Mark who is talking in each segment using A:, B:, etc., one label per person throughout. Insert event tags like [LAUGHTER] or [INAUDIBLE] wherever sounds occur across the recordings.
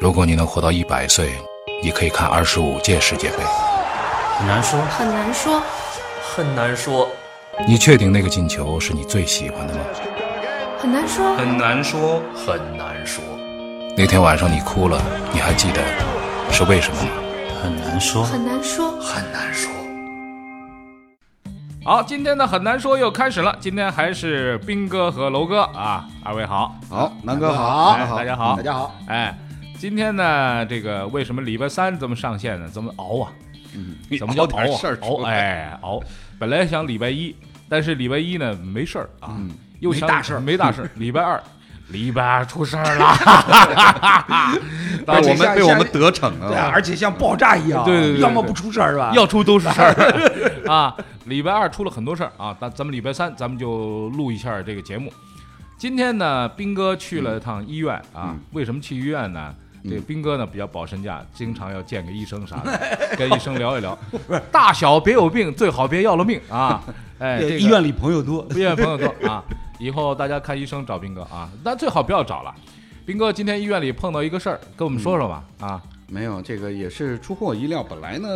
A: 如果你能活到一百岁，你可以看二十五届世界杯。
B: 很难说，
C: 很难说，
B: 很难说，
A: 你确定那个进球是你最喜欢的吗？
C: 很难说，
B: 很难说，很难说，
A: 那天晚上你哭了，你还记得是为什么吗？
D: 很难说，
C: 很难说。
B: 很难说。
E: 好，今天的很难说又开始了。今天还是兵哥和楼哥啊，二位好，
F: 好，嗯南哥好，
E: 哎大家好
F: 大家好。
E: 哎，今天呢，这个为什么礼拜三咱们上线呢？咱们熬啊，咱们叫
F: 有
E: 熬
F: 嗯点
E: 啊
F: 事儿出 [LAUGHS]
E: 熬，
F: 来，
E: 哎，熬。本来想礼拜一，但是礼拜一呢没事儿啊，又想
F: 嗯没大事儿
E: 没大
F: [LAUGHS]
E: 事儿。礼拜二，礼拜二出事儿了，
F: [LAUGHS] 被我们被我们得逞
G: 对啊，
F: 了。
G: 而且像爆炸一样，
E: 对对对对对
G: 要么不出事儿吧，
E: 要出都是事
G: [LAUGHS]
E: 儿啊！礼拜二出了很多事儿啊，咱咱们礼拜三咱们就录一下这个节目。今天呢，斌哥去了趟医院啊，
G: 嗯
E: 为什么去医院呢？这个斌哥呢比较保身价，经常要见个医生啥
G: [LAUGHS]
E: 的，跟医生聊一聊，大小别有病，最好别要了命
G: [LAUGHS]
E: 啊！哎，这个
G: 医院里朋友多，
E: [LAUGHS] 医院朋友多啊，以后大家看医生找斌哥啊，但最好不要找了。斌哥今天医院里碰到一个事儿，跟我们说说吧
G: 嗯
E: 啊！
F: 没有，这个也是出乎我意料。本来呢，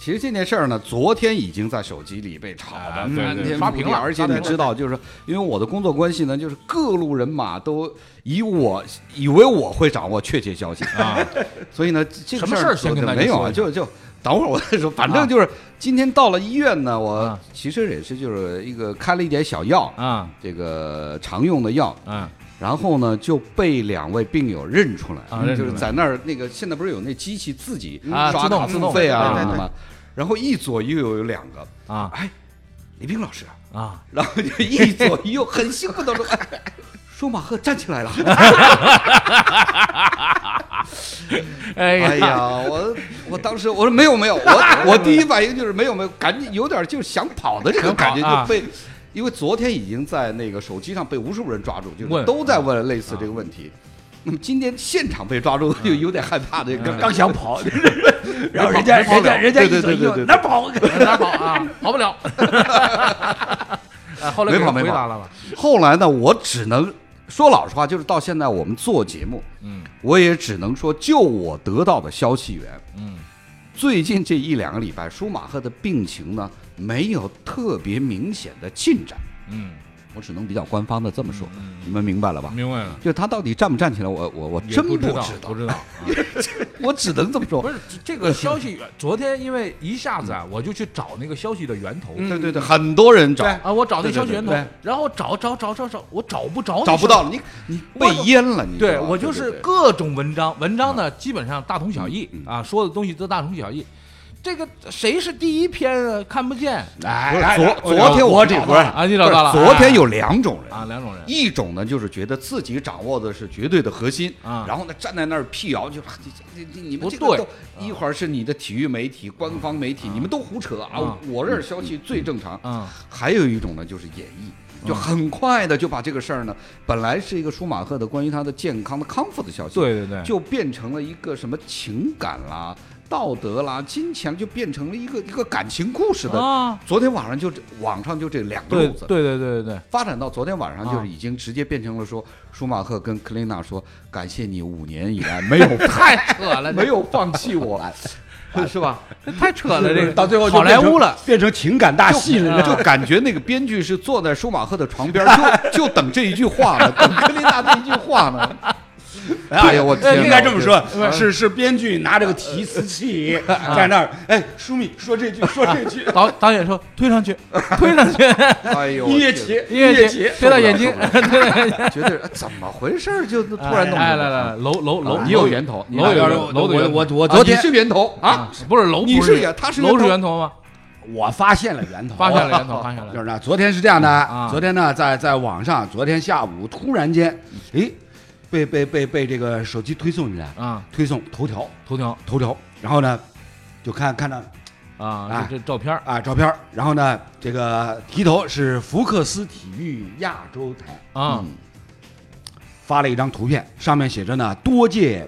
F: 其实这件事儿呢，昨天已经在手机里被炒
E: 啊
F: 的
E: 对
F: 翻
E: 对
F: 天
E: 刷
F: 覆
E: 屏
F: 地
E: 了
F: 而且
E: 刷
F: 你
E: 屏了
F: 知道，就是因为我的工作关系呢，就是各路人马都以我以为我会掌握确切消息，
E: 啊，
F: [LAUGHS] 所以呢，这个
E: 什么事
F: 事
E: 儿先跟大家
F: 没有
E: 说
F: 啊，
E: 一下
F: 就就等会儿我再说。反
E: 啊
F: 正就是今天到了医院呢，我
E: 啊
F: 其实也是就是一个开了一点小药，
E: 啊
F: 这个常用的药，
E: 啊
F: 然后呢就被两位病友认出来，嗯
E: 啊认出
F: 就
E: 来
F: 是在那儿那个现在不是有那机器自己
E: 啊
F: 刷
E: 自动
F: 卡
E: 自动
F: 付费啊
E: 对对
F: 什
E: 对
F: 么的，然后一左一右有两个，
E: 啊
F: 哎，李冰老师，
E: 啊！
F: 然后就一左一右很兴奋的 [LAUGHS] 说。哎舒马赫站起来了！
E: 哎呀，
F: 哎呀，我我当时我说没有没有，
E: [LAUGHS]
F: 我我第一反应就是没有没有，赶紧有点就是想跑的这个感
E: 想跑啊
F: 觉就被，因为昨天已经在那个手机上被无数人抓住，就
E: 问嗯啊
F: 是都在问类似这个问题。那么今天现场被抓
E: 嗯
F: 住，就有点害怕的感觉。
G: 刚想跑，
F: [LAUGHS]
G: 然后人家
E: 没跑
G: 人家
E: 了
G: 人家一
F: 对对对
G: 嘴一
F: 对对对
G: 哪跑？
E: [LAUGHS] 哪跑啊？跑不了。啊后来
F: 没
E: 给
F: 跑
E: 人
F: 没
E: 回
F: 跑
E: 答了吧？
F: 后来呢，我只能说老实话，就是到现在我们做节目，
E: 嗯
F: 我也只能说，就我得到的消息源，
E: 嗯，
F: 最近这一两个礼拜，舒马赫的病情呢没有特别明显的进展，
E: 嗯，
F: 我只能比较官方的这么说，你们明白了吧？
E: 明白了。
F: 就他到底站不站起来，我我我
E: 也
F: 真
E: 不
F: 知
E: 道，不知道。啊
F: 我只能这么
E: [LAUGHS] 不
F: 说。
E: 是这个消息，昨天因为一下子
F: 嗯
E: 啊，我就去找那个消息的源头
F: 对对对，很多人找
E: 啊，我找那
F: 嗯对对
E: 消息源头
F: 对对，
E: 然后找找找找找，我找不着那消息，
F: 找不到了，你你被淹了，你知
E: 对
F: 道吧
E: 我就是
F: 对对嗯
E: 各种文章，文章呢基本上大同小异
F: 嗯嗯
E: 啊，说的东西都大同小异。这个谁是第一篇啊？看不见
F: 哎昨
E: 我
F: 昨天
E: 我
F: 这
E: 找到了啊你找到了
F: 不是昨
E: 哎
F: 天有两种人
E: 啊，两种人
F: 一种呢，就是觉得自己掌握的是绝对的核心，
E: 啊
F: 然后呢站在那儿辟谣，就说啊这这这你
E: 不
F: 们这
E: 对
F: 个都一会儿是你的体育媒体、官方媒体，你们都胡扯啊！
E: 啊
F: 我这儿消息最正常。
E: 啊
F: 还有一种呢，就是演绎，
E: 嗯
F: 就很快的就把这个事儿呢，本来是一个舒马赫的关于他的健康的康复的消息，
E: 对对对
F: 就变成了一个什么情感啦、道德啦、金钱，就变成了一个一个感情故事的。
E: 啊，
F: 昨天晚上就这网上就这两个
E: 对
F: 路子
E: 对，对对对对，
F: 发展到昨天晚上，就
E: 啊
F: 是已经直接变成了说，舒马赫跟克林纳说：“感谢你五年以来没有 [LAUGHS] 太
E: 扯了，
F: 没有放弃我，
E: [LAUGHS]
F: 是吧
E: 这太扯了，这个
G: 到最后就
E: 好莱
G: 变
E: 坞
G: 成
E: 了，，
G: 变成情感大？”戏
F: 就
G: 了。
F: 就感觉那个编剧是坐在舒马赫的床边，
G: [LAUGHS]
F: 就就等这一句话呢，等克林纳的一句话呢。哎呀，我天哪
G: 应该这么
F: 我
G: 说
F: 觉得，
G: 是是编剧拿着个提词
F: [LAUGHS]
G: 器在那儿，哎，舒敏说这句说这句
E: 导导演说推上
F: [LAUGHS]
E: 去，推上去，
F: 哎呦，
G: 音乐
F: 我
G: 节
F: 天
E: 音乐节
G: 节，
E: 推到眼睛，推到眼睛。
F: 觉得哎怎么回事儿就突然弄
E: 哎来
F: 明白
G: 啊
E: 来来，楼楼楼，
F: 你有源头，你
E: 楼有
F: 有
E: 源
F: 源
E: 头
F: 头，
E: 楼有
G: 我
E: 源头
G: 我我
F: 啊
G: 昨
F: 你
G: 天
F: 是源头啊！
E: 不是楼，
F: 你
E: 不是
F: 是也他是
E: 楼是
F: 源头哦
E: 源头吗？
G: 我发现了源头，
E: 发现了源头，发现了
G: 就
E: 源
G: 是呢，昨天是这样的，
E: 啊
G: 昨天呢，在在网上，昨天下午突然间，诶，被被被被这个手机推送进来，
E: 头啊，
G: 推送头条，
E: 头条
G: 头条，然后呢，就看看到
E: 啊
G: 哎，
E: 这这照片儿
G: 啊照片儿，然后呢，这个题头是福克斯体育亚洲台
E: 啊
F: 嗯
G: 发了一张图片，上面写着呢，多届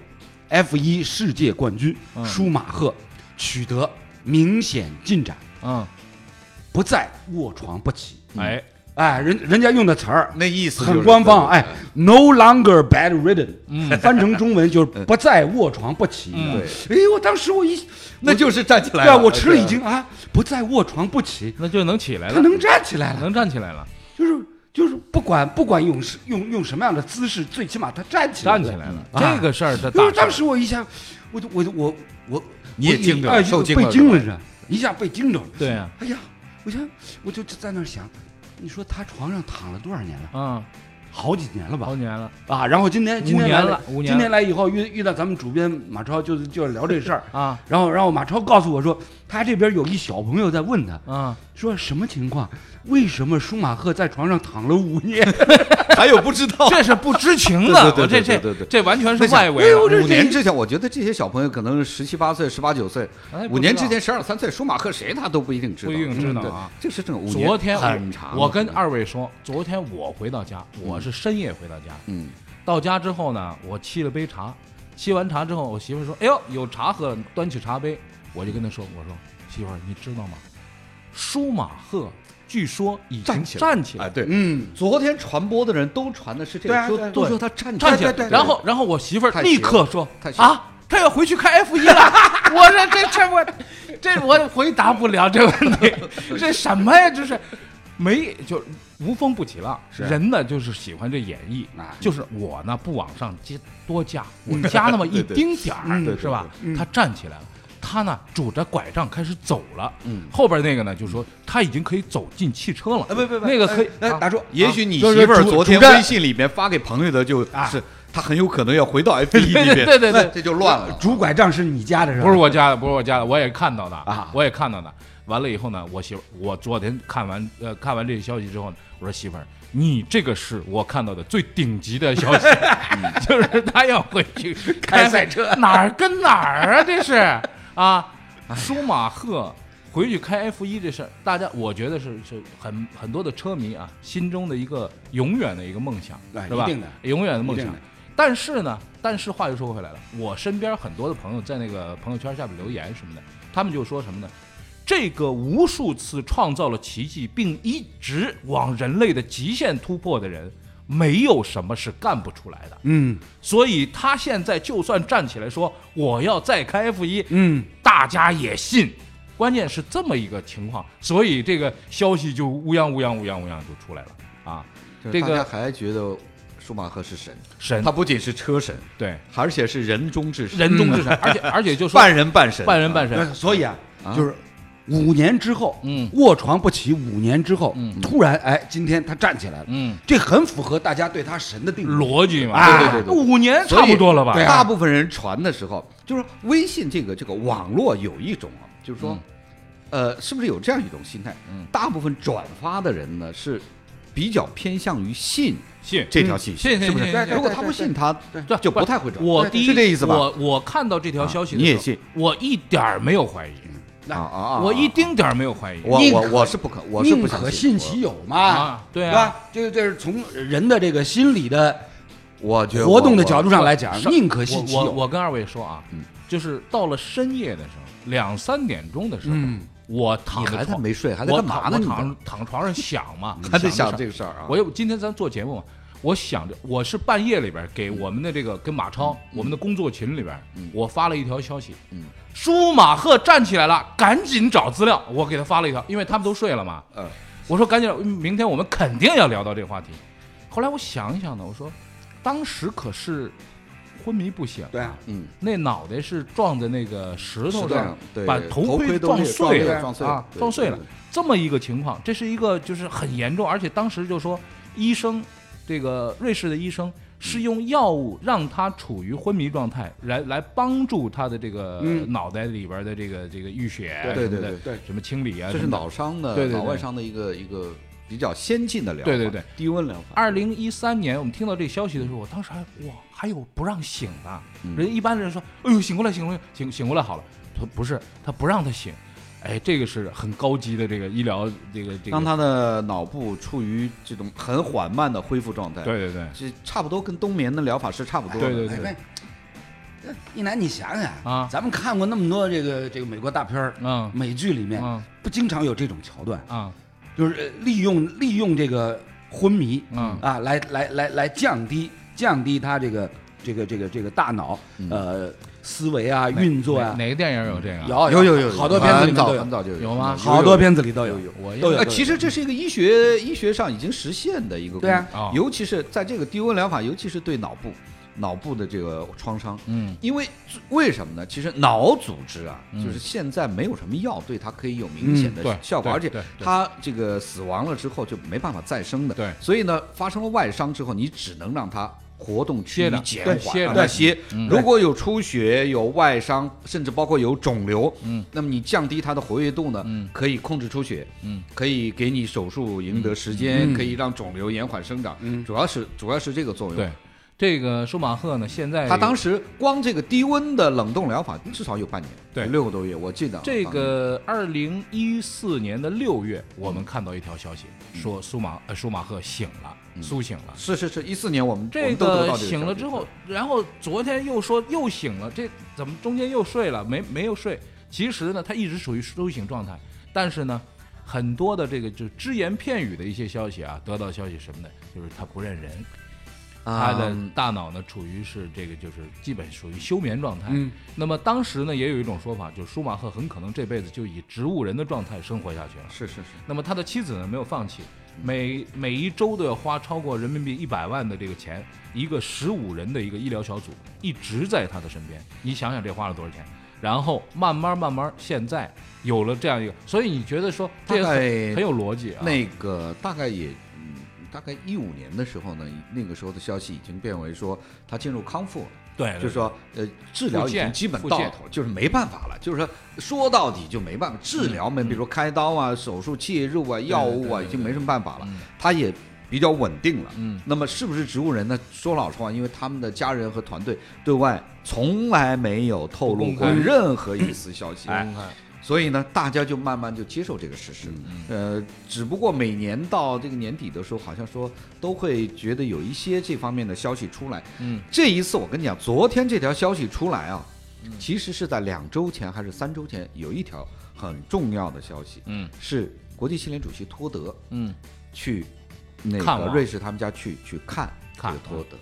G: F 1世界冠军、
E: 嗯
G: 舒马赫取得明显进展，
E: 嗯，
G: 不再卧床不起。
F: 嗯
E: 哎，
G: 哎，人人家用的词儿
F: 那意思就是
G: 很官方，哎，no longer bedridden，翻 [LAUGHS] 成中文就是不再卧床不起。对，哎，我当时我一，
F: 那就是站起来
G: 对
F: 了。
G: 啊，我吃了一惊啊，不再卧床不起，
E: 那就能起来
G: 他
E: 了，
G: 能站起来了，
E: 能站起来了，
G: 就是就是不管不管用是用用什么样的姿势，最起码他站起来
E: 站起来了。
G: 啊
E: 这个事儿这
F: 哎
G: 因
E: 大
G: 为
E: 事儿
G: 当时我一下，我就我就我我
F: 你也
G: 我
F: 惊着了
G: 哎
F: 受惊了
G: 被惊了着，一下被惊着了。
E: 对啊，
G: 哎呀，我想我就在那儿想，你说他床上躺了多少年了？
E: 嗯，
G: 好几年了吧
E: 好？几年了
G: 啊，然后今天今天来
E: 年了五年
G: 今天来以后遇遇到咱们主编马超就，就要聊这事儿。
E: [LAUGHS] 啊
G: 然后，然后马超告诉我说，他这边有一小朋友在问他，
E: 啊，
G: 说什么情况？为什么舒马赫在床上躺了五
E: [LAUGHS]
G: 年？啊
F: 还有不知
G: [LAUGHS]
F: 道。
E: 这是不知情的，
F: 对对
E: 我这
F: 对对
E: 这
F: 对对对
E: 这完全是
F: 那想
E: 外围啊
G: 哎
E: 的
G: 呦。这
F: 五年之前，我觉得这些小朋友可能十七八岁、十八九岁
E: 哎不知，道
F: 五年之前十二三岁，舒马赫谁他都不一定知道，
E: 不一定知道
F: 嗯
E: 啊。
F: 对这是这种五年
E: 昨天我
F: 很长，
E: 我跟二位说，昨天我回到家，我是深夜回到家，
F: 嗯，
E: 到家之后呢，我沏了杯茶，沏完茶之后，我媳妇儿说：“哎呦，有茶喝。”端起茶杯，我就跟她说：“我说媳妇儿，你知道吗？舒马赫据说已经
F: 站
E: 站
F: 起
E: 起
F: 来
E: 来，
F: 哎对，
G: 嗯，
F: 昨天传播的人都传的是这
G: 对
F: 个，
G: 啊
F: 说
G: 对啊
F: 都说他站
E: 站起来。
F: 对对对
E: 然后，然后我媳妇儿
F: 太邪
E: 立
F: 了
E: 刻说
F: 太：“邪了
E: 啊，他要回去看 F 一了。” [LAUGHS] 我说：“这这我这我回答不了这问
F: [LAUGHS]
E: 题，这什么呀？这是没就无风不起浪，人呢就是喜欢这演绎。”
G: 啊，
E: 就是我呢不往上加多加，我加
F: [LAUGHS]
E: 那么一丁点儿，
F: 对对嗯
E: 是吧？他站起来了，他呢拄着拐杖开始走了。
F: 嗯
E: 后边那个呢就说他已经可以走进汽车了。
F: 哎不不不
E: 那个可以，
F: 哎，
E: 啊
F: 打住！也许你
E: 就是
F: 媳妇儿
E: 主
F: 昨天
E: 主战
F: 微信里面发给朋友的，就是她很有可能要回到 F
E: 对
F: 一里面，
E: 对对对
F: 这就乱了。
G: 拄拐杖是你家的是吧？
E: 不是我加的，不是我加的，我也看到的
G: 啊
E: 我也看到的。完了以后呢，我媳妇儿，我昨天看完呃看完这个消息之后呢，我说媳妇儿，你这个是我看到的最顶级的消
G: [LAUGHS]
E: 息，就是他要回去开赛车，哪儿跟哪儿啊？这是
G: 哎
E: 啊，舒马赫回去开 F 一这事儿，大家我觉得是是很很多的车迷啊心中的一个永远的一个梦想，
G: 哎
E: 是吧？
G: 一定的
E: 永远的梦
G: 一定
E: 想
G: 的。
E: 但是呢，但是话又说回来了，我身边很多的朋友在那个朋友圈下面留言什么的，他们就说什么呢？这个无数次创造了奇迹，并一直往人类的极限突破的人，没有什么是干不出来的。
G: 嗯
E: 所以他现在就算站起来说我要再开 F 一，
G: 嗯，
E: 大家也信。关键是这么一个情况，所以这个消息就乌泱乌泱乌泱乌泱就出来了啊！这
F: 大家
E: 个
F: 还觉得舒马赫是神，
E: 神
F: 他不仅是车神，
E: 对
F: 而且是人中之神，嗯
E: 人中之神，而
F: [LAUGHS]
E: 且而且就说
F: 半人半神，
E: 半人半神，
G: 那所以啊，就是五年之后，
E: 嗯
G: 卧床不起，五年之后，
E: 嗯
G: 突然哎，今天他站起来了，
E: 嗯，
G: 这很符合大家对他神的定义。
E: 逻辑嘛，
G: 啊
F: 对嗯对对对
E: 五年
F: 所以
E: 差不多了吧？
G: 对啊
F: 大部分人传的时候，就是微信这个这个网络有一种啊，就是说，呃，是不是有这样一种心态？
E: 嗯
F: 大部分转发的人呢是比较偏向于信
E: 信
F: 这条信息，
E: 信信
F: 是不是？
E: 信信信
F: 如果他不信他，
E: 对
F: 就不太会转。
E: 我第一
F: 是这意思吧？
E: 我我看到这条消息的
F: 啊你也
E: 时候
F: 信，
E: 我一点儿没有怀疑，
F: 啊啊啊！
E: 我一丁点儿没有怀疑
F: 我
G: 宁
F: 我
G: 可
F: 我是不可，我是
G: 宁
F: 不
G: 可
F: 相信
G: 信其有嘛，
E: 啊对
G: 对
E: 啊
G: 吧？这个这是从人的这个心理的
F: 我我觉得
G: 活动的
F: 我
G: 角度上来
F: 啊
G: 讲，
E: 上
G: 宁可信其
E: 我我
G: 有。
E: 我跟二位说啊，
F: 嗯
E: 就是到了深夜的时候，两三点钟的时候，
G: 嗯
E: 我躺
F: 你
E: 在
F: 还在
E: 床
F: 没睡，还在
E: 我
F: 干嘛
E: 躺
F: 呢？
E: 我
F: 你
E: 躺躺床上想
F: [LAUGHS]
E: 嘛，
F: 还在
E: 想
F: 想
E: 着
F: 这个事儿啊？
E: 我又今天咱做节目嘛，我想着我是半夜里边给
F: 嗯
E: 我们的这个跟马超，我们的工作群里边，我发了一条消息，
F: 嗯
E: 舒马赫站起来了，赶紧找资料，我给他发了一条，因为他们都睡了嘛，
F: 嗯
E: 我说赶紧，明天我们肯定要聊到这个话题。后来我想一想呢，我说当时可是昏迷不醒，
G: 对啊，
F: 嗯，
E: 那脑袋是撞在那个石头
F: 石头上
E: 上
F: 对，
E: 把
F: 头
E: 头
F: 盔
E: 盔
F: 都裂
E: 碎
F: 撞裂
E: 了，
F: 了撞碎了
E: 啊
F: 对，
E: 撞碎了
F: 对对。
E: 这么一个情况，这是一个就是很严重，而且当时就说医生，这个瑞士的医
F: 嗯
E: 生是用药物让他处于昏迷状态，来来帮助他的这个
G: 嗯
E: 脑袋里边的这个这个淤血啊
F: 对
E: 什么
F: 对
E: 的
F: 对
G: 对
E: 什么清理啊，
F: 这是
E: 什么的
F: 脑伤的
E: 对对对
F: 脑外伤的一个一个比较先进的疗法，
E: 对对对，
F: 低温疗法。
E: 二零一三年，我们听到这消息的时候，我当时还哇，还有不让醒的，
F: 嗯
E: 人一般人说，哎呦，醒过来，醒过来，醒醒过来好了。他不是，他不让他醒，哎，这个是很高级的这个医疗，这个这个。
F: 让他的脑部处于这种很缓慢的恢复状态，，
E: 对对对
F: 这差不多跟冬眠的疗法是差不多的。
E: 对对
G: 哎
E: 对
G: 喂，一楠，你想想
E: 啊
G: 咱们看过那么多这个这个美国大片儿、
E: 嗯
G: 美剧里面
E: 嗯，
G: 不经常有这种桥段，
E: 啊
G: 就是呃利用利用这个昏迷，
E: 嗯
G: 啊，来来来来降低降低他这个这个这个这个大脑呃思维啊运作啊，
E: 哪个电影有这个？
G: 有
H: 有有有，
G: 好多片子里
H: 很
G: 面
H: 早
G: 都
H: 很
G: 有，
H: 早就有
E: 有吗
G: 好多片子里都有，
E: 我
G: 都有哎
F: 呃，其实这是一个医学医学上已经实现的一个
G: 对啊
F: 功能
E: 哦
F: 尤其是在这个低温疗法，尤其是对脑部脑部的这个创伤，
E: 嗯，
F: 因为为什么呢？其实脑组织啊，就是现在没有什么药对它可以有明显
E: 嗯对
F: 的效果，
E: 对
F: 而且
E: 对对
F: 它这个死亡了之后就没办法再生的，
E: 对
F: 所以呢，发生了外伤之后，你只能让它。活动趋
E: 歇
F: 于
E: 着
F: 减
E: 对
F: 缓，啊
E: 歇着
F: 让它歇。
E: 嗯
F: 如果有出血、有外伤，甚至包括有肿瘤，嗯，那么你降低它的活跃度呢，
E: 嗯
F: 可以控制出血，
E: 嗯，
F: 可以给你手术赢得时间，可以让肿瘤延缓生长，嗯，主要是主要是这个作用。
E: 对，这个舒马赫呢，现在
F: 他当时光这个低温的冷冻疗法至少有半年，
E: 对
F: 六个多月，我记得啊
E: 这个二零一四年的六月，我们看到一条消息，说舒马呃舒马赫醒了，苏醒了。
F: 是是是一四年我们我
E: 这
F: 们都得
E: 个
F: 到这个
E: 醒了
F: 消息
E: 之后，然后昨天又说又醒了，这怎么中间又睡了？没没有睡。其实呢，他一直属于苏醒状态，但是呢，很多的这个就只言片语的一些消息啊，得到消息什么呢？就是他不认人，他
F: 啊
E: 的大脑呢处于是这个就是基本属于休眠状态。
G: 嗯，
E: 那么当时呢也有一种说法，就是舒马赫很可能这辈子就以植物人的状态生活下去了。
F: 是是是，
E: 那么他的妻子呢没有放弃，
F: 嗯
E: 每每一周都要花超过人民币一百万的这个钱，一个十五人的一个医疗小组一直在他的身边。你想想这花了多少钱？然后慢慢慢慢，现在有了这样一个，所以你觉得说这个
F: 大
E: 很
F: 概
E: 很有逻辑啊？
F: 那个大概也。嗯大概一五年的时候呢，那个时候的消息已经变为说他进入康复了，
E: 对，对
F: 就是说呃治疗已
E: 复健
F: 经基本
E: 复
F: 到
E: 健
F: 头，就是没办法了，就是说说到底就没办法治疗
E: 嗯
F: 嘛，比如说开刀啊、手术介入啊、药物啊，已经没什么办法了，他也比较稳定了。
E: 嗯，
F: 那么是不是植物人呢？说老实话，因为他们的家人和团队对外从来没有透露
E: 不公
F: 过
E: 开
F: 任何一丝消息，
E: 哎，
F: 所以呢，大家就慢慢就接受这个事实。
E: 嗯
F: 呃，只不过每年到这个年底的时候，好像说都会觉得有一些这方面的消息出来。
E: 嗯，
F: 这一次我跟你讲，昨天这条消息出来啊，
E: 嗯
F: 其实是在两周前还是三周前，有一条很重要的消息，
E: 嗯
F: 是国际青联主席托德
E: 嗯，
F: 去那
E: 看
F: 个
E: 望
F: 瑞士他们家去去看这
E: 看嗯
F: 个托德，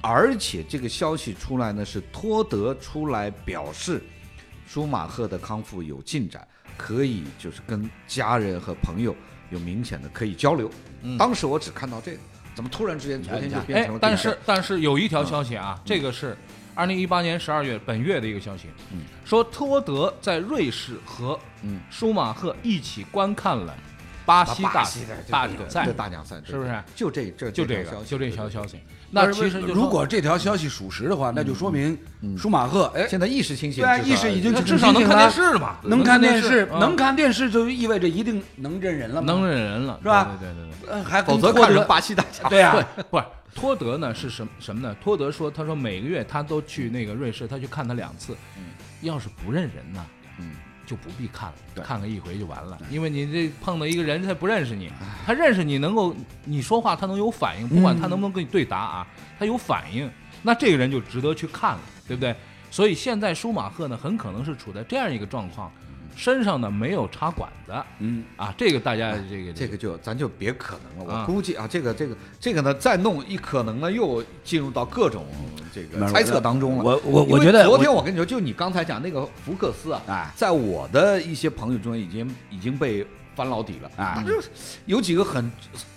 F: 而且这个消息出来呢，是托德出来表示舒马赫的康复有进展，可以就是跟家人和朋友有明显的可以交流。当时我只看到这个，怎么突然之间昨天就
E: 嗯
F: 变
E: 哎
F: 成了这个事儿？，嗯
E: 但是但是有一条消息啊，这个是二零一八年十二月本月的一个消息，说托德在瑞士和
F: 嗯
E: 舒马赫一起观看了巴西
F: 巴
E: 大
F: 西的
E: 大奖赛
F: 对，大奖赛对
E: 是不是
F: 就这这
E: 就这
F: 这
E: 个
F: 消息
E: 就这条
F: 对
E: 消息。那其实就说
G: 如果这条消息属实的话，那就说明舒马赫
F: [LAUGHS]
G: 哎，
F: 现在意识清醒，
G: 对啊，
F: 至少
G: 意识已经
E: 那
G: 清
E: 至少能
G: 醒
E: 看
G: 了
E: 电视了吧？
G: 能看电视，
E: 嗯
G: 能看电视就意味着一定能认人了嘛，
E: 能认人了，
G: 是吧
E: 对对对对
G: 呃还
F: 否
G: 跟
F: 则
G: 托
F: 看
G: 德
F: 人巴西大奖。
G: 对啊，
E: 对，不是托德呢是什么什么呢？托德说，他说每个月他都去那个瑞士，他去看他两次。要是不认人呢，
F: 嗯，
E: 就不必看了，看个一回就完了。因为你这碰到一个人，他不认识你，他认识你能够你说话，他能有反应，不管他能不能跟你对答啊，他有反应，那这个人就值得去看了，对不对？所以现在舒马赫呢，很可能是处在这样一个状况，身上呢没有插管子，嗯啊，这个大家这个
F: 这个就咱就别可能了，
E: 啊
G: 嗯
F: 我估计啊，这个这个这个呢，再弄一可能呢，又进入到各种这个猜测当中了。
G: 我我
F: 因为
G: 我觉得
F: 昨天我跟你说，就你刚才讲那个福克斯啊，
G: 哎
F: 在我的一些朋友中已经已经被翻老底了
G: 哎
F: 他就是有几个很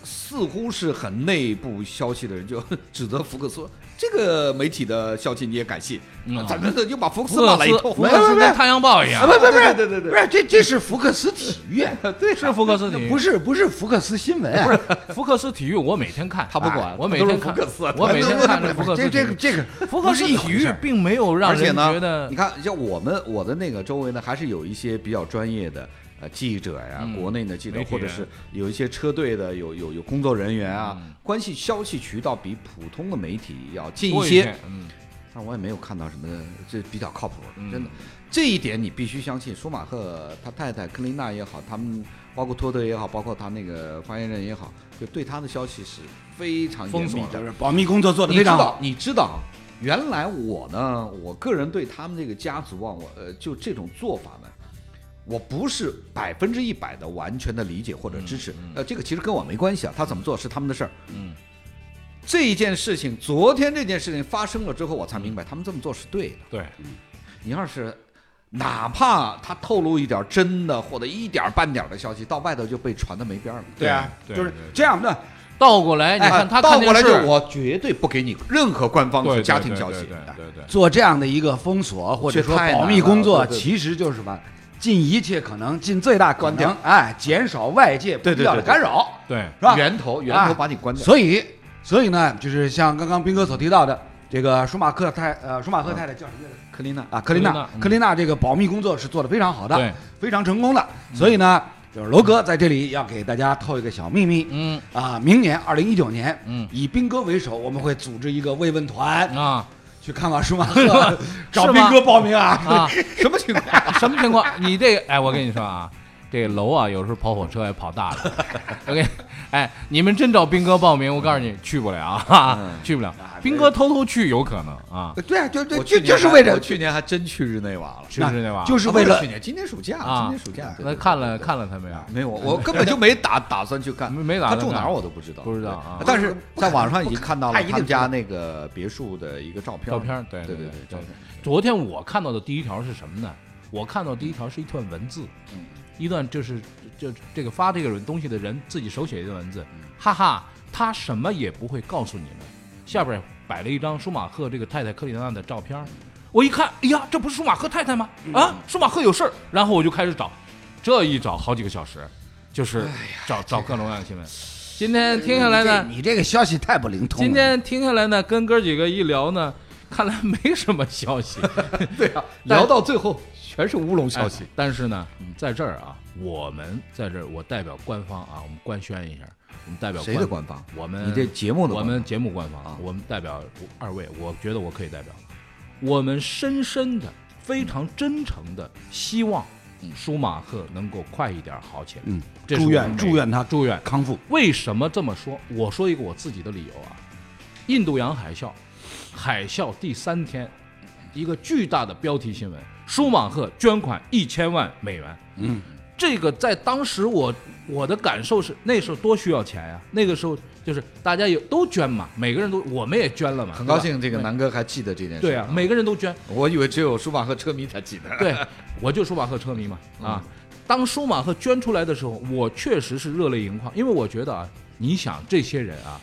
F: 似乎是很内部消息的人就 [LAUGHS] 指责福克斯，这个媒体的消息你也敢信
E: 嗯？
F: 咱们的又把福克
E: 福
F: 斯骂了一通， [LAUGHS]
E: 福克斯跟太阳报一
F: 啊
E: 样，
G: 啊不是不
F: 对
G: 是
F: 对对对
G: 不是这这是福克斯体育，
F: 对
E: 是福克斯体育
G: 不是不是福克斯新闻，不是
E: 福克斯体育我每天看，
F: 他不管
E: 哎我每天看
F: 他都是福克斯
E: 我每天看这福克斯体
G: 这
E: 育。
G: 这个这个
E: 福克斯体育并没有让
F: 而且
E: 人
F: 呢，
E: 觉得
F: 你看，像我们我的那个周围呢，还是有一些比较专业的呃记者呀，
E: 嗯
F: 国内的记者
E: 媒，体
F: 或
E: 人嗯
F: 者是有一些车队的有有有工作人员啊，关系消息渠道比普通的媒体要近
E: 多
F: 一
E: 一
F: 些。
E: 些，嗯，
F: 但我也没有看到什么这比较靠谱的，
E: 嗯
F: 真的。这一点你必须相信，舒马赫他太太克琳娜也好，他们包括托德也好，包括他那个发言人也好，就对他的消息是非常
E: 封
F: 严密
E: 锁
F: 的
G: 就。是保密工作做得
F: 你
G: 非
F: 知
G: 常好
F: 道，，你知道，原来我呢，我个人对他们这个家族啊，我呃，就这种做法呢，我不是百分之一百的完全的理解或者支
G: 嗯
F: 持，呃，这个其实跟我没关系啊，他怎么做是他们的事儿。嗯，这一件事情，昨天这件事情发生了之后，我才明
G: 嗯
F: 白他们这么做是对的。嗯
E: 对，
F: 你要是哪怕他透露一点真的或者一点半点的消息，到外头就被传的没边儿了。
G: 对啊，
E: 对
G: 就是
E: 对对
G: 这样的。
H: 倒过来
F: 哎，倒过来就
H: 我
F: 我绝对不给你任何官方
E: 对
F: 的家庭消息哎
E: 对。对对对对
G: 做这样的一个封锁或者说
F: 这太难了
G: 保密工作，
F: 对对对
G: 其实就是什么？尽一切可能，尽最大可能，哎，减少外界不
F: 对对
G: 必要的
F: 对对
G: 干扰，
E: 对
G: 是吧？
F: 哎源头源啊头把你关掉。
G: 所以，所以呢，就是像刚刚斌哥所提到的，这个舒马克太呃舒马赫太太叫什么来着？
F: 克林娜，
G: 啊，克
E: 克琳
G: 琳娜
E: 娜，嗯
G: 克琳娜这个保密工作是做得非常好的，
E: 对，嗯
G: 非常成功的。所以呢，就是楼哥在这里要给大家透一个小秘密，
E: 嗯
G: 啊，明年二零一九年，
E: 嗯
G: 以斌哥为首，我们会组织一个慰问团
E: 啊
G: 去看望舒
E: [LAUGHS]
G: 马赫，找
E: 是
G: 斌
E: 吗
G: 哥报名啊。
E: 啊，
F: [LAUGHS] 什么情况？
E: [LAUGHS] 什么情况？你这个，哎，我跟你说啊，这楼啊，有时候跑火车也跑大了。OK，哎，你们真找斌哥报名，我告诉你，去不了，
F: 嗯
E: 啊，去不了。斌哥偷偷去有可能啊，
F: 呃
G: 对啊，就就
F: 我
G: 就
F: 去年
G: 就是
F: 还
G: 为了
F: 我去年还真去日内瓦了，
E: 是不是那吧？
G: 就是
F: 啊
G: 为
F: 不
G: 了
F: 去年，今年暑假，
E: 啊
F: 今年暑假。对
E: 那
F: 对
E: 看了
F: 对啊
E: 看了他没有？
F: 没有，我根本就没打 [LAUGHS] 打算去看，
E: 没没打
F: 他
E: 算
F: 住哪儿
E: 看
F: 我都不知道，
E: 不知道
F: 对
E: 啊
F: 但是在网上已经看到
G: 他
F: 了
G: 一定
F: 他们家那个别墅的一个照片
E: 照
F: 儿，
E: 片儿对
F: 对
E: 对
F: 对，
E: 对
F: 照片儿。
E: 昨天我看到的第一条是什么呢？我看到第一条是一段文字，
F: 嗯
E: 一段就是就这个发这个东西的人自己手写一段文字，
F: 嗯
E: 哈哈，他什么也不会告诉你们。下边摆了一张舒马赫这个太太克里娜的照
F: 嗯
E: 片儿，我一看，哎呀，这不是舒马赫太太吗？啊，舒马赫有事儿，然后我就开始找，这一找好几个小时，
F: 哎
E: 就是找找各种各样的新闻。今天听下来呢，
G: [LAUGHS] 你这个消息太不灵通了。
E: 今天听下来呢，跟哥几个一聊呢，看来没什么消息。
F: 对啊，
E: 但
F: 聊到最后全是乌龙 [LAUGHS] 消息
E: 哎。 [LAUGHS] 但是呢，在这儿啊，我们在这儿，啊我代表官方啊，我们官宣一下，我们代表
F: 谁的官方？
E: 我们
F: 你这节目的
E: 呃我
F: 官
E: 们
F: 方啊
E: 节目官方，啊我们代表二位，我觉得我可以代表，我们深深的、非常真诚的希望
F: 嗯
E: 舒马赫能够快一点好起来。
G: 嗯，
E: 这是
G: 祝
E: 我
G: 愿
E: 们
G: 祝愿他
E: 祝愿
G: 康复。
E: 为什么这么说？我说一个我自己的理由啊。印度洋海啸，海啸第三天，一个巨大的标题新闻：舒马赫捐款一千万美元。嗯，这个在当时我我的感受是，那时候多需要钱呀、那个时候就是大家也都捐嘛，每个人都我们也捐了嘛。
F: 很
E: 对吧
F: 高兴这个南哥还记得这件事。
E: 对啊，每个人都捐。
F: 我以为只有舒马赫车迷才记得。 [LAUGHS]
E: 对，我就舒马赫车迷嘛
F: 嗯
E: 啊。当舒马赫捐出来的时候，我确实是热泪盈眶，因为我觉得啊，你想这些人啊，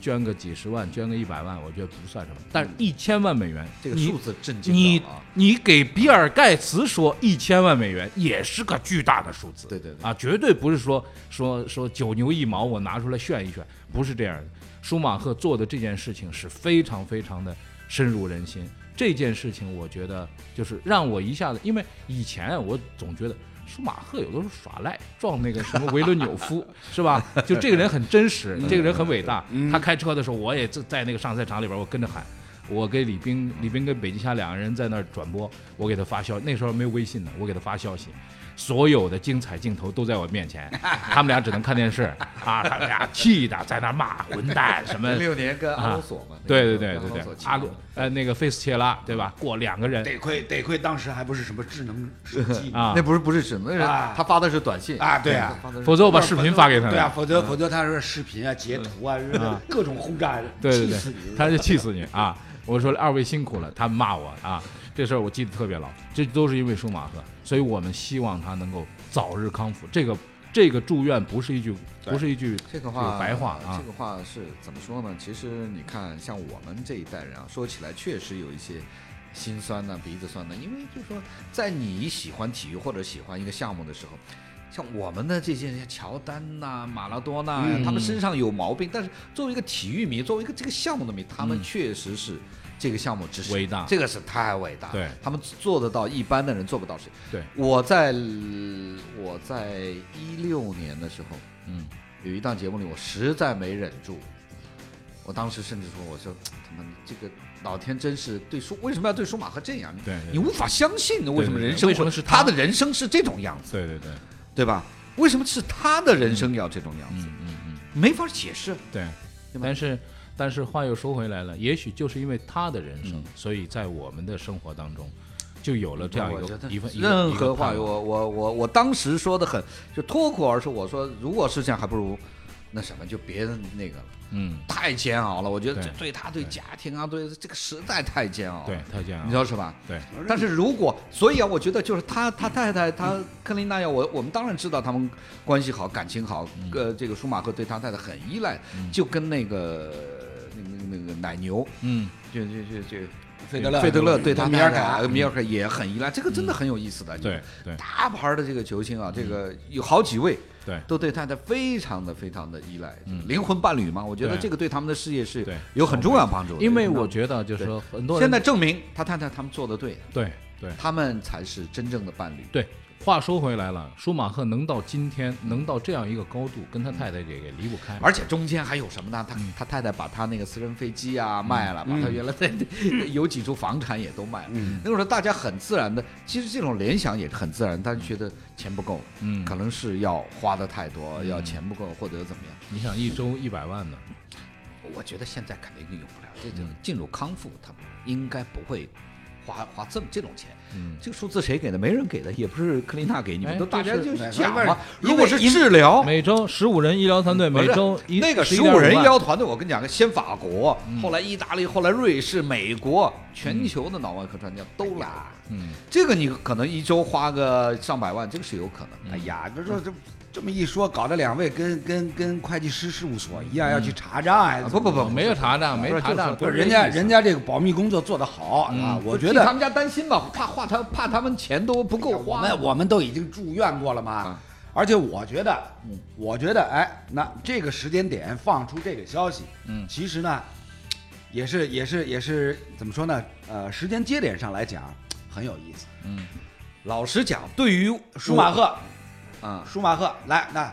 E: 捐个几十万，捐个一百万，我觉得不算什么，但是一千万美元
F: 嗯这个
E: 你
F: 数字震惊
E: 你
F: 到了啊！
E: 你给比尔盖茨说一千万美元也是个巨大的数字，
F: 对对对
E: 啊，绝对不是说说说九牛一毛，我拿出来炫一炫，不是这样的。舒马赫做的这件事情是非常非常的深入人心，这件事情我觉得就是让我一下子，因为以前啊我总觉得。舒马赫有的时候耍赖，撞那个什么维伦纽夫是吧？就这个人很真
F: [LAUGHS]
E: 实，
F: 嗯
E: 这个人很伟大。他开车的时候，我也在在那个上赛场里边，我跟着喊，我给李冰，李冰跟北极虾两个人在那儿转播，我给他发消，那时候没有微信呢，我给他发消息，所有的精彩镜头都在我面
F: [LAUGHS]
E: 前，他们俩只能看电视啊，他们俩气的在那儿骂混蛋什么
F: 零。六年跟阿隆索嘛，那个
E: 啊对对
F: 时
E: 对
F: 候跟
E: 对
F: 阿
E: 对
F: 隆索，骑
E: 阿
F: 的
E: 鲁呃那个费斯切拉对吧？过两个人
G: 得亏得亏当时还不是什么智能手机 [LAUGHS]
E: 啊
F: 那，不是不是指那是
G: 啊
F: 他发的是短信
G: 啊对啊
F: 他发的是
E: 否则我把视频发给他
G: 对啊，
E: 们。嗯
G: 否则否则他说视频啊、截图啊， [LAUGHS] 各种轰炸，
E: 对对
G: 气
E: 对
G: 死你了，
E: 他就气死你啊！我说二位辛苦了，他骂我啊，这事儿我记得特别牢，这都是因为舒马赫，所以我们希望他能够早日康复。这个这个祝愿不是一句不是一句
F: 这个话
E: 白话啊
F: 这个话是怎么说呢？其实你看，像我们这一代人啊，说起来确实有一些心酸呐、鼻子酸呐、因为就是说，在你喜欢体育或者喜欢一个项目的时候。像我们的这些人，乔丹呐、马拉多纳呀、
E: 嗯
F: 他们身上有毛病，但是作为一个体育迷，作为一个这个项目的迷，他们确实是这个项目之神
E: 嗯伟大
F: 这个是太伟大了。
E: 对
F: 他们做得到一般的人做不到事。
E: 对
F: 我在我在一六年的时候，
E: 嗯，
F: 有一档节目里，我实在没忍住，我当时甚至说，我说他妈这个老天真是对舒为什么要对舒马赫这样？你
E: 对对对
F: 你无法相信的，为什么
E: 对对对
F: 人生
E: 为什么
F: 会
E: 是他
F: 他的人生是这种样子，
E: 对对对，
F: 对吧？为什么是他的人生要这种样子？
E: 嗯嗯。
F: 没法解释。
E: 对，
F: 对吧
E: 但是但
F: 嗯
E: 是话又说回来了，也许就是因为他的人生，所以在我们的生活当中，就有了这样一
F: 我
E: 个
F: 觉得
E: 一份一个
F: 任
E: 一个
F: 何话
E: 判
F: 语，
E: 断
F: 我我我我当时说的很就脱口而出，我说如果是这样，还不如那什么，就别那个了
E: 嗯，
F: 太煎熬了。我觉得
E: 对
F: 这对他对家庭啊，对这个实在太煎熬了。
E: 对，太煎
F: 你
E: 熬
F: 知
E: 了，
F: 道是吧？
E: 啊对。
F: 但是如果，所以啊，我觉得就是他他太太他克林娜要我我们当然知道他们关系好，感情好。
E: 嗯
F: 呃，这个舒马赫对他太太很依赖，就跟那个那个那个奶牛，
E: 嗯，
F: 就就就就
G: 费德勒
F: 费德勒对他
G: 米尔
F: 太太
G: 卡
F: 呃米尔卡也很依赖，这个真的很有意思的。
E: 嗯对，对
F: 大牌的这个球星啊，这个有好几位
E: 对嗯
F: 都对太太非常的非常的依赖，灵魂伴侣嘛，我觉得
E: 对
F: 这个对他们的事业是
E: 对
F: 有很重要帮助的。
E: 因为
F: 真的
E: 我觉得就是说很多人
F: 现在证明他太太他们做的对，
E: 对对
F: 他们才是真正的伴侣。
E: 对。话说回来了，舒马赫能到今天，能到这样一个高度，跟他太太也也离不开。
F: 而且中间还有什么呢？
E: 嗯
F: 他他太太把他那个私人飞机啊卖了，把他原来的 [LAUGHS] 有几处房产也都卖了。
E: 嗯
F: 那个时候大家很自然的，其实这种联想也是很自然，但是觉得钱不够，
E: 嗯
F: 可能是要花的太多，要钱不够或者怎么样。
E: 你想一周一百万呢？
F: 我觉得现在肯定用不了，这就进入康复，他应该不会花花这么这种钱。
E: 嗯
F: 这个数字谁给的？没人给的，也不是克林纳给你们，
E: 哎
F: 都大家
E: 就是
F: 就
G: 哎
F: 是讲
G: 因为
F: 嘛。如果是治疗，
E: 每周十五人医疗团队，每周一
F: 哦那个十
E: 11.5
F: 五人医
E: 万
F: 疗团队，我跟你讲，先法国，后来意大利，后来瑞士、美国，全球的脑外科专家都来。
E: 嗯，
F: 这个你可能一周花个上百万，这个是有可能的。
G: 哎呀，这这这这么一说，搞得两位跟跟跟会计师事务所一样，要
E: 嗯
G: 去查账呀、
F: 啊不不不，
E: 没有查账，没
F: 不是
E: 查账，
G: 不是
E: 这
G: 人家
E: 意思嗯
G: 人家这个保密工作做得好、啊，我觉
F: 替他
G: 得哎
F: 们家担心吧，怕怕他怕他们钱都不够
G: 我
F: 花。
G: 们我们都已经住院过了嘛，
F: 啊
G: 而且我觉得，
E: 嗯
G: 我觉得哎，那这个时间点放出这个消息，嗯，其实呢，也是也是也是怎么说呢？呃，时间节点上来讲很有意思。
F: 老实讲，对于
G: 舒马赫，
F: 啊，
G: 舒马赫来那，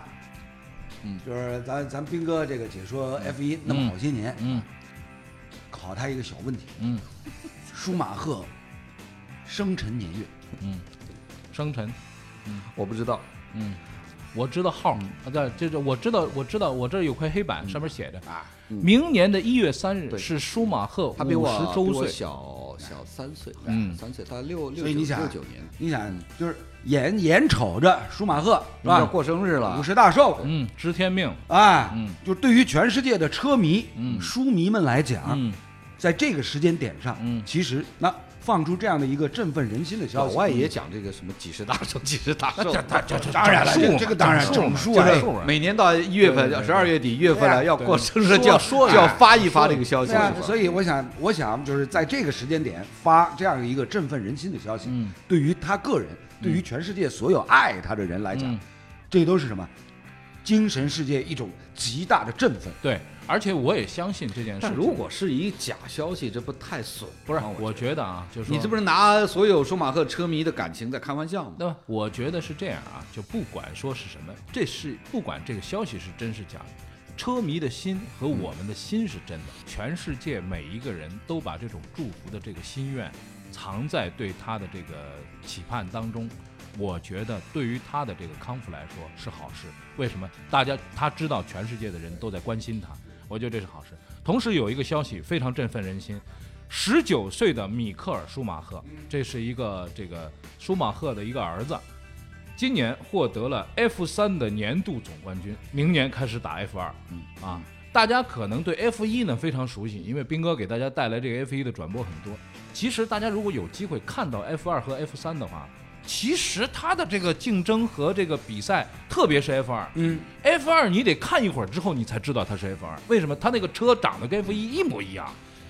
G: 嗯，就是咱咱斌哥这个解说 F 一那么好些年，
E: 嗯，
G: 考他一个小问题，
E: 嗯，
G: 舒马赫生辰年月，
E: 生辰，
F: 我不知道，
E: 嗯，我知道号，
F: 嗯
E: 啊，对，这这我知道，我知道，我这儿有块黑板，上面写着
G: 啊，
E: 明年的一月三日
F: 嗯对
E: 是舒马赫
F: 他比
E: 五
F: 我
E: 十
F: 比
E: 周
F: 我
E: 岁，
F: 小小三岁，
E: 嗯
F: 三岁，他六六
G: 所以你
F: 九
G: 想
F: 六九年，
G: 你想就是眼眼瞅着舒马赫是
F: 要
G: 吧，
F: 过生日了
G: 啊五，十大寿，
E: 嗯，知天命，
G: 啊，
E: 嗯
G: 就对于全世界的车迷、书迷们来讲，
E: 嗯
G: 在这个时间点上，
E: 嗯
G: 其实那放出这样的一个振奋人心的消
F: 老
G: 息，嗯
F: 外也讲这个什么几十大寿，几十大寿， [LAUGHS]
G: 当然了，这这个当然整数啊，哎
F: 每年到一月份、十二月底、一月份
G: 对
F: 了，
G: 啊
F: 要过生日就要
G: 说
F: 就要
G: 呀
F: 发一发这个消息
G: 对啊，，所
F: 以
G: 以我想，我想就是在这个时间点发这样一个振奋人心的消息，对于他个人，对于全世界所有爱他的人来讲
E: 嗯，
G: 这都是什么？精神世界一种极大的振奋。
E: 对，而且我也相信这件事
F: 但
E: 情。
F: 如果是一假消息，这不太损吗？
E: 不是，
F: 我
E: 我觉得啊，就是
F: 你这不
E: 是。
F: 是拿所有舒马赫车迷的感情在开玩笑吗？
E: 那么我觉得是这样啊，就不管说是什么，这是不管这个消息是真是假，车迷的心和我们的心是真的。全世界每一个人都把这种祝福的这个心愿藏在对他的这个期盼当中。我觉得对于他的这个康复来说是好事。为什么？大家他知道全世界的人都在关心他，我觉得这是好事。同时有一个消息非常振奋人心，十九岁的米克尔舒马赫，这是一个这个舒马赫的一个儿子，今年获得了 F 三的年度总冠军，明年开始打 F 二，啊，大家可能对 F 一呢非常熟悉，因为斌哥给大家带来这个 F 一的转播很多。其实大家如果有机会看到 F 二和 F 三的话，其实它的这个竞争和这个比赛，特别是 F 二，嗯，F 二你得看一会儿之后你才知道它是 F 二，为什么？它那个车长得跟 F 一一模一样，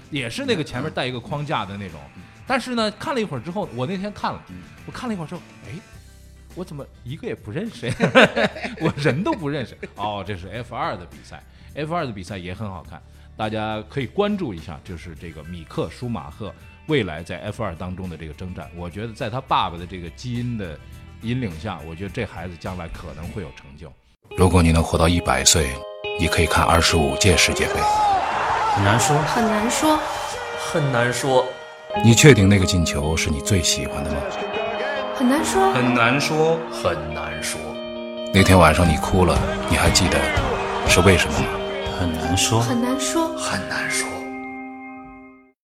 E: 也是那个前面带一个框架的那种。但是呢，看了一会儿之后，我那天看了，我看了一会儿之后，哎，我怎么一个也不认识呀？我人都不认识。哦，这是 F 二的比赛，F 二的比赛也很好看，大家可以关注一下，就是这个米克舒马赫未来在 F 二当中的这个征战。我觉得在他爸爸的这个基因的引领下，我觉得这孩子将来可能会有成就。
A: 如果你能活到一百岁，你可以看二十五届世界杯。
B: 很难说，
C: 很难说，
B: 很难说，
A: 你确定那个进球是你最喜欢的吗？
C: 很难说，
B: 很难说，很难说，
A: 那天晚上你哭了，你还记得是为什么吗？
B: 很难说，
C: 很难说，
B: 很难说。